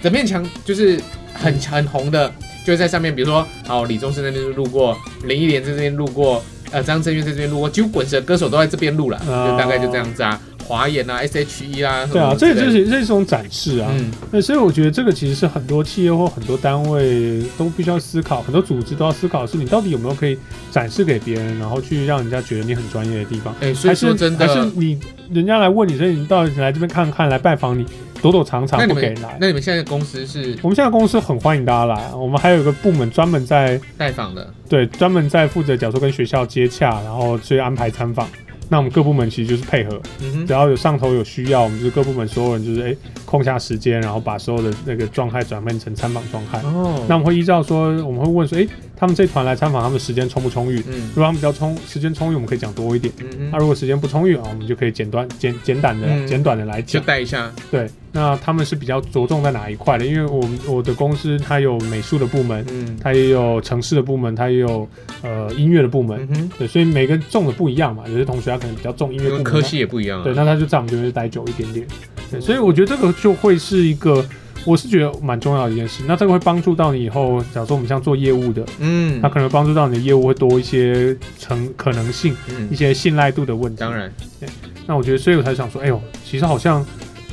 S2: 整面墙就是很很红的，就在上面，比如说，好，李宗盛那边路过，林忆莲在这边路过，呃，张震岳在这边路过，几乎滚石的歌手都在这边录了，
S1: 哦
S2: 就大概就这样子啊，华研啊，S.H.E 啊，
S1: 对啊，
S2: 什么
S1: 这
S2: 之类的
S1: 就是这是一种展示啊。
S2: 嗯，
S1: 那所以我觉得这个其实是很多企业或很多单位都必须要思考，很多组织都要思考，是你到底有没有可以展示给别人，然后去让人家觉得你很专业的地方。
S2: 哎、所以说真的，
S1: 还是还是你人家来问你，所以你到底来这边看看，来拜访你，躲躲藏
S2: 那
S1: 藏
S2: 你
S1: 不给
S2: 们
S1: 来。
S2: 那你们现在的公司是
S1: 我们现在公司很欢迎大家来，我们还有一个部门专门在
S2: 带访的，
S1: 对，专门在负责，假如说跟学校接洽，然后去安排参访。那我们各部门其实就是配合，
S2: 嗯哼
S1: 只。要有上头有需要，我们就是各部门所有人就是哎、空下时间，然后把所有的那个状态转换成参访状态。
S2: 哦
S1: 啊那我们会依照说，我们会问说，哎、他们这团来参访，他们时间充不充裕？
S2: 嗯
S1: 如果他们比较充时间充裕，我们可以讲多一点；
S2: 嗯
S1: 那、
S2: 哼，
S1: 如果时间不充裕啊，我们就可以简短简简短的、
S2: 嗯
S1: 简短的来
S2: 就
S1: 讲。
S2: 带一下，
S1: 对，那他们是比较着重在哪一块的？因为我们我的公司它有美术的部门，
S2: 嗯
S1: 它也有城市的部门，它也有呃音乐的部门，
S2: 嗯哼，
S1: 对，所以每个人重的不一样嘛。有些同学他可能比较重音乐
S2: 因
S1: 部
S2: 为
S1: 门，
S2: 科系也嗯不一样啊，
S1: 对，那他就在我们这边待久一点点。对，所以我觉得这个就会是一个，我是觉得蛮重要的一件事。那这个会帮助到你以后，假如说我们像做业务的，
S2: 嗯
S1: 它，可能会帮助到你的业务会多一些成可能性，一
S2: 嗯，
S1: 些信赖度的问题。
S2: 当然，
S1: 那我觉得，所以我才想说，哎呦，其实好像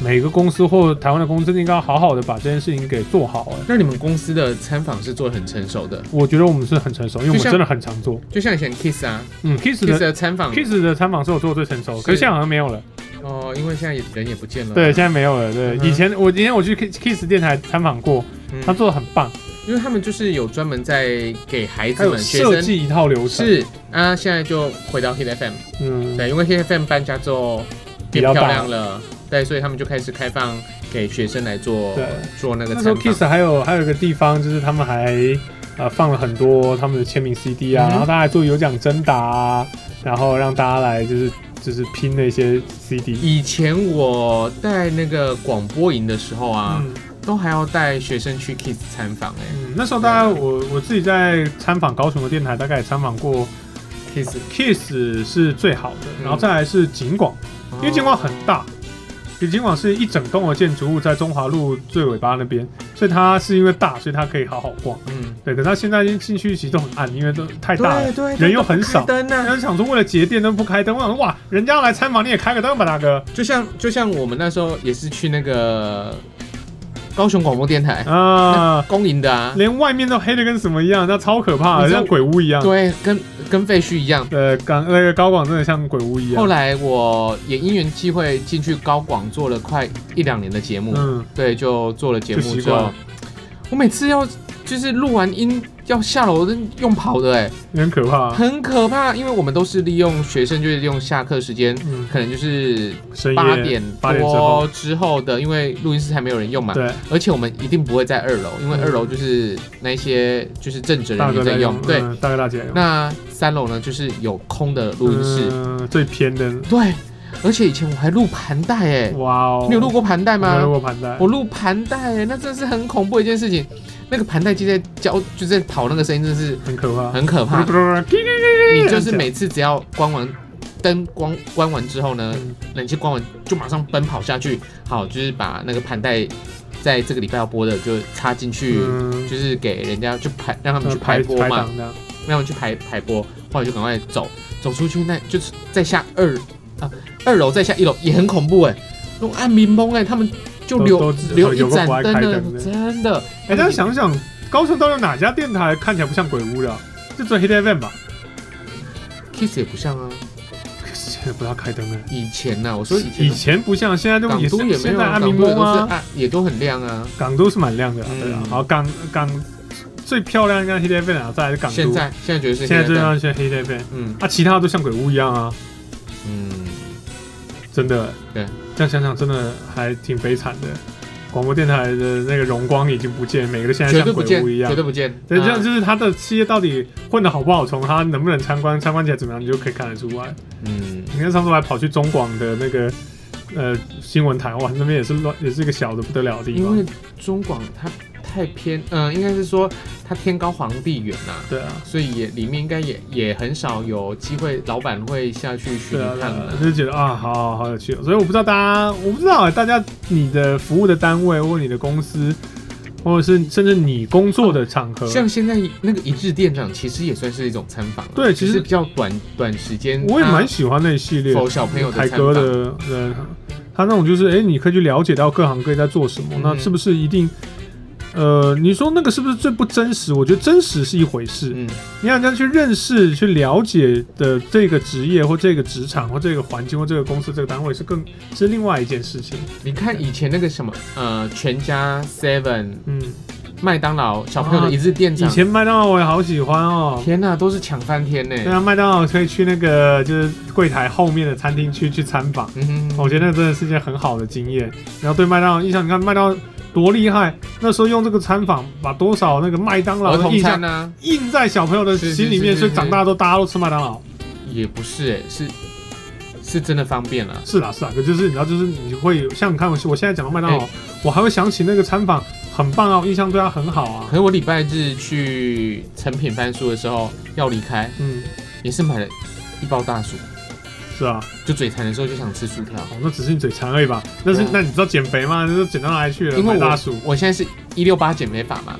S1: 每个公司或台湾的公司应该要好好的把这件事情给做好、哎，
S2: 那你们公司的参访是做的很成熟的，
S1: 我觉得我们是很成熟，因为我
S2: 就
S1: 们
S2: 像
S1: 真的很常做。
S2: 就像以前 Kiss 啊
S1: 嗯，Kiss
S2: ，Kiss
S1: 的
S2: 的参访
S1: Kiss 的参访是我做的最成熟，可是
S2: 是
S1: 现在好像没有了。
S2: 哦，因为现在也人也不见了，
S1: 对，现在没有了。对，
S2: 嗯哼
S1: 以前我今天我去 Kiss Kiss 电台参访过，
S2: 嗯
S1: 他做的很棒，
S2: 因为他们就是有专门在给孩
S1: 他
S2: 子
S1: 有
S2: 们学
S1: 设
S2: 生。
S1: 计一套流程。
S2: 是啊，现在就回到 Hit FM，
S1: 嗯，
S2: 对，因为 Hit FM 搬家之后
S1: 比
S2: 变
S1: 较
S2: 漂
S1: 大
S2: 亮了，对，所以他们就开始开放给学生来做
S1: 对
S2: 做那个
S1: 那时
S2: 参
S1: 候
S2: 访。
S1: Kiss 还有还有一个地方，就是他们还呃放了很多他们的签名 CD 啊，
S2: 嗯哼
S1: 然后大家还做有奖征答、啊，然后让大家来就是就是拼那些 CD。
S2: 以前我带那个广播营的时候啊，
S1: 嗯
S2: 都还要带学生去 Kiss 参访哎
S1: 嗯，那时候大概我我自己在参访高雄的电台，大概也参访过
S2: ，Kiss，
S1: Kiss 是最好的，
S2: 嗯
S1: 然后再来是景广，因为景
S2: 哦
S1: 广很大，因为景广是一整栋的建筑物在中华路最尾巴那边，所以它是因为大，所以它可以好好逛。
S2: 嗯，
S1: 对，可是它现在进去其实都很暗，因为都太大了
S2: 对。对，
S1: 人又很少
S2: 都不开灯
S1: 然
S2: 啊，
S1: 后想说为了节电都不开灯，我想说哇，人家来参访你也开个灯吧，大哥。
S2: 就像就像我们那时候也是去那个高雄广播电台
S1: 啊，
S2: 公营的啊，
S1: 连外面都黑的跟什么一样，那超可怕
S2: 你
S1: 的，
S2: 知道
S1: 像鬼屋一样。
S2: 对，跟跟废墟一样。
S1: 呃，港那个高广真的像鬼屋一样。
S2: 后来我也因缘际会进去高广做了快一两年的节目，
S1: 嗯，
S2: 对，就做了节
S1: 就
S2: 目
S1: 习
S2: 之
S1: 惯
S2: 后
S1: 了，
S2: 我每次要就是录完音要下楼都用跑的、欸，
S1: 也很可怕。
S2: 很可怕，因为我们都是利用学生就是利用下课时间。
S1: 嗯，
S2: 可能就是
S1: 深夜
S2: 八点
S1: 八点之
S2: 多
S1: 后，
S2: 之后的，因为录音室还没有人用嘛，
S1: 对，
S2: 而且我们一定不会在二楼，因为
S1: 嗯
S2: 二楼就是那一些就是正职
S1: 大
S2: 人
S1: 哥
S2: 员
S1: 在
S2: 在用
S1: 用，，
S2: 对。
S1: 嗯大哥大姐在用。
S2: 那三楼呢，就是有空的录音室，
S1: 嗯，最偏的，
S2: 对，而且以前我还录盘带哎，
S1: 哇哦，
S2: 你有录过盘带
S1: 我没有录
S2: 吗？
S1: 过盘带
S2: 我，录盘带哎，那真的是很恐怖的一件事情。那个盘带机在教，就在跑那个声音，真的是
S1: 很可怕。
S2: 很 可怕。你就是
S1: 每
S2: 每次只要关完灯光关完之后呢，冷气关完就马上奔跑下去，好，就是把那个盘带在这个礼拜要播的就插进去。
S1: 嗯，
S2: 就是给人家去排，让他们
S1: 呃
S2: 去排播
S1: 排
S2: 嘛，
S1: 档这样，
S2: 让他们去排排播，后来就赶快走，走出去那就是再下二啊二楼再下一楼也很恐怖哎、弄暗民崩哎，他们就
S1: 都
S2: 留
S1: 都只
S2: 留
S1: 有
S2: 一
S1: 个
S2: 盏
S1: 不爱
S2: 灯
S1: 开
S2: 了
S1: 灯，的
S2: 真的。
S1: 哎，大家想想，高雄到底有哪家电台看起来不像鬼屋的啊？就做黑 i FM 吧，
S2: ，Kiss 也不像啊，
S1: 现在不要开灯哎。
S2: 以前啊呐、我
S1: 所
S2: 说
S1: 以
S2: 以前
S1: 以前不像，现在都
S2: 港
S1: 也
S2: 都
S1: 是
S2: 也没
S1: 现
S2: 有
S1: 在
S2: 啊，
S1: 暗
S2: 港
S1: 明
S2: 都也
S1: 宫
S2: 都是
S1: 啊，
S2: 啊也都很亮啊。
S1: 港都是蛮亮的啊，
S2: 嗯
S1: 对啊。好，港港最漂亮应该是黑 i FM 啊，再来是港都。
S2: 现在现在觉得是
S1: 现在
S2: 黑
S1: 最
S2: 暗
S1: 漂亮
S2: 的
S1: 是黑 i FM
S2: 嗯
S1: 啊，其他的都像鬼屋一样啊，
S2: 嗯，
S1: 真的。
S2: 对，
S1: 这样想想真的还挺悲惨的。广播电台的那个荣光已经不见，每个都现在
S2: 绝
S1: 像
S2: 对不
S1: 鬼
S2: 见，
S1: 屋一样
S2: 绝。对不见。
S1: 对，这
S2: 啊
S1: 样就是他的企业到底混的好不好，从他能不能参观，参观起来怎么样，你就可以看得出来。
S2: 嗯，
S1: 你看上次我还跑去中广的那个呃新闻台，哇，那边也是乱，也是一个小的不得了的地
S2: 因
S1: 方
S2: 为。中广它太偏，嗯、应该是说它天高皇帝远呐、
S1: 对啊，
S2: 所以也里面应该也也很少有机会，老板会下去巡
S1: 对啊，
S2: 看
S1: 对
S2: 的、
S1: 啊，就是觉得啊，好好好有趣、哦。所以我不知道大家，我不知道大家你的服务的单位或你的公司，或者是甚至你工作的场合，
S2: 呃像现在那个一日店长，其实也算是一种参访啊，
S1: 对其
S2: 只
S1: 实
S2: 是比较短短时间。
S1: 我也蛮
S2: 喜
S1: 喜欢那一系列的
S2: 啊否小朋友的
S1: 台
S2: 参
S1: 哥
S2: 访，
S1: 的人，他那种就是，哎、你可以去了解到各行各业在做什么，
S2: 嗯
S1: 那是不是一定？呃，你说那个是不是最不真实？我觉得真实是一回事，
S2: 嗯
S1: 你让人家去认识、去了解的这个职业或这个职场或这个环境或这个公司、这个单位是更是另外一件事情。
S2: 你看以前那个什么，呃，全家、Seven、
S1: 嗯，
S2: 麦当劳小朋友的一日店
S1: 啊以
S2: 长，
S1: 前麦当劳我也好喜欢哦。
S2: 天呐、都是抢翻天呢、
S1: 对啊，麦当劳可以去那个就是柜台后面的餐厅区去参访。
S2: 嗯
S1: 哦我觉得那真的是一件很好的经验。然后对麦当劳印象，你看麦当劳多厉害，那时候用这个餐访把多少那个麦当劳
S2: 儿
S1: 的
S2: 童
S1: 印象
S2: 餐啊呢、
S1: 印在小朋友的心里面，
S2: 是是是是
S1: 所以长大都大家都吃麦当劳。
S2: 也不是哎、是是真的方便了、
S1: 是啦是啦，可就是你知道，就是你会有像你看我我现在讲到麦当劳，我还会想起那个餐访很棒啊，我印象对他很好啊
S2: 可。是我礼拜日去成品翻书的时候要离开，
S1: 嗯，
S2: 也是买了一包大薯，
S1: 是啊，
S2: 就嘴馋的时候就想吃薯条。
S1: 哦，那只是你嘴馋而已吧？那是、
S2: 对啊
S1: 那你知道减肥吗？那就减到哪里去了？
S2: 因为
S1: 买
S2: 我
S1: 大薯，
S2: 我现在是一六八减肥法嘛，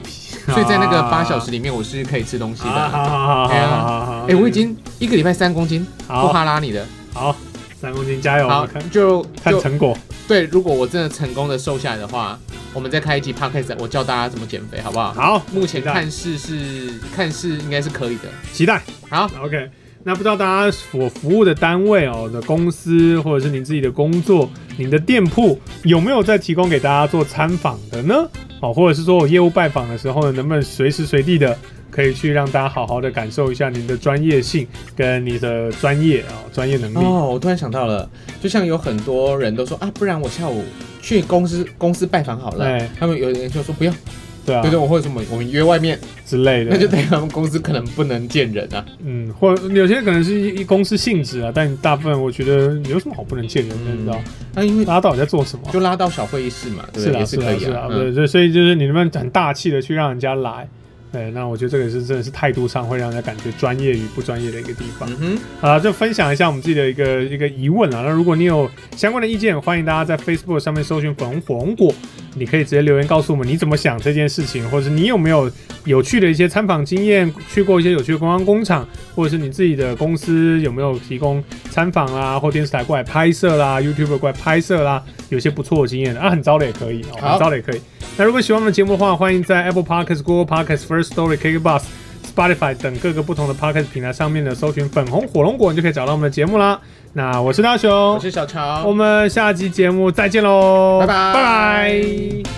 S2: 所以在那个八小时里面我是可以吃东西
S1: 啊啊，好
S2: 的。
S1: 好好好
S2: 哎呀
S1: 好好好，
S2: 哎、我已经一个礼拜三公斤，不
S1: 好
S2: 哈拉你的。
S1: 好三公斤，加油！我
S2: 好
S1: 们看，
S2: 就
S1: 看
S2: 就
S1: 成果。
S2: 对，如果我真的成功的瘦下来的话，我们再开一集 podcast，我教大家怎么减肥，好不好？
S1: 好，
S2: 目前
S1: 期待
S2: 看似是看似应该是可以的。
S1: 期待。
S2: 好，
S1: OK，那不知道大家所服务的单位哦的公司，或者是您自己的工作，您的店铺有没有在提供给大家做参访的呢？哦，或者是说我业务拜访的时候呢，能不能随时随地的可以去让大家好好的感受一下您的专业性跟你的专业啊、哦、专业能力？
S2: 哦，我突然想到了，就像有很多人都说啊，不然我下午去公司公司拜访好了。
S1: 哎
S2: 他们有人就说不要，
S1: 对啊，
S2: 对对，我或者什么我们约外面，
S1: 之类的。
S2: 那就等于他们公司可能不能见人啊。
S1: 嗯，或有些可能是一一公司性质啊，但大部分我觉得有什么好不能见人的，你知道？
S2: 那、啊因为
S1: 大家到底在做什么啊？
S2: 就拉到小会议室嘛，对
S1: 是
S2: 不
S1: 啦
S2: 对？
S1: 是
S2: 也
S1: 啦
S2: 可以
S1: 是啦，
S2: 啊。
S1: 对，
S2: 嗯
S1: 所以所以就是你们很大气的去让人家来，对，那我觉得这个是真的是态度上会让人家感觉专业与不专业的一个地方。
S2: 嗯哼，
S1: 好啊啦，就分享一下我们自己的一个一个疑问啊。那如果你有相关的意见，欢迎大家在 Facebook 上面搜寻“粉红火龙果”，你可以直接留言告诉我们你怎么想这件事情，或者是你有没有有趣的一些参访经验，去过一些有趣的观光工厂，或者是你自己的公司有没有提供参访啦，或电视台过来拍摄啦，YouTube 过来拍摄啦，有些不错的经验啊，很糟的也可以，哦、
S2: 好
S1: 很糟的也可以。那如果喜欢我们的节目的话，欢迎在 Apple Podcast、Google Podcast、First Story、KKBox。Spotify 等各个不同的 podcast 平台上面呢，搜寻“粉红火龙果”，你就可以找到我们的节目啦。那我是大雄，
S2: 我是小乔，
S1: 我们下期节目再见喽，
S2: 拜拜
S1: 拜拜。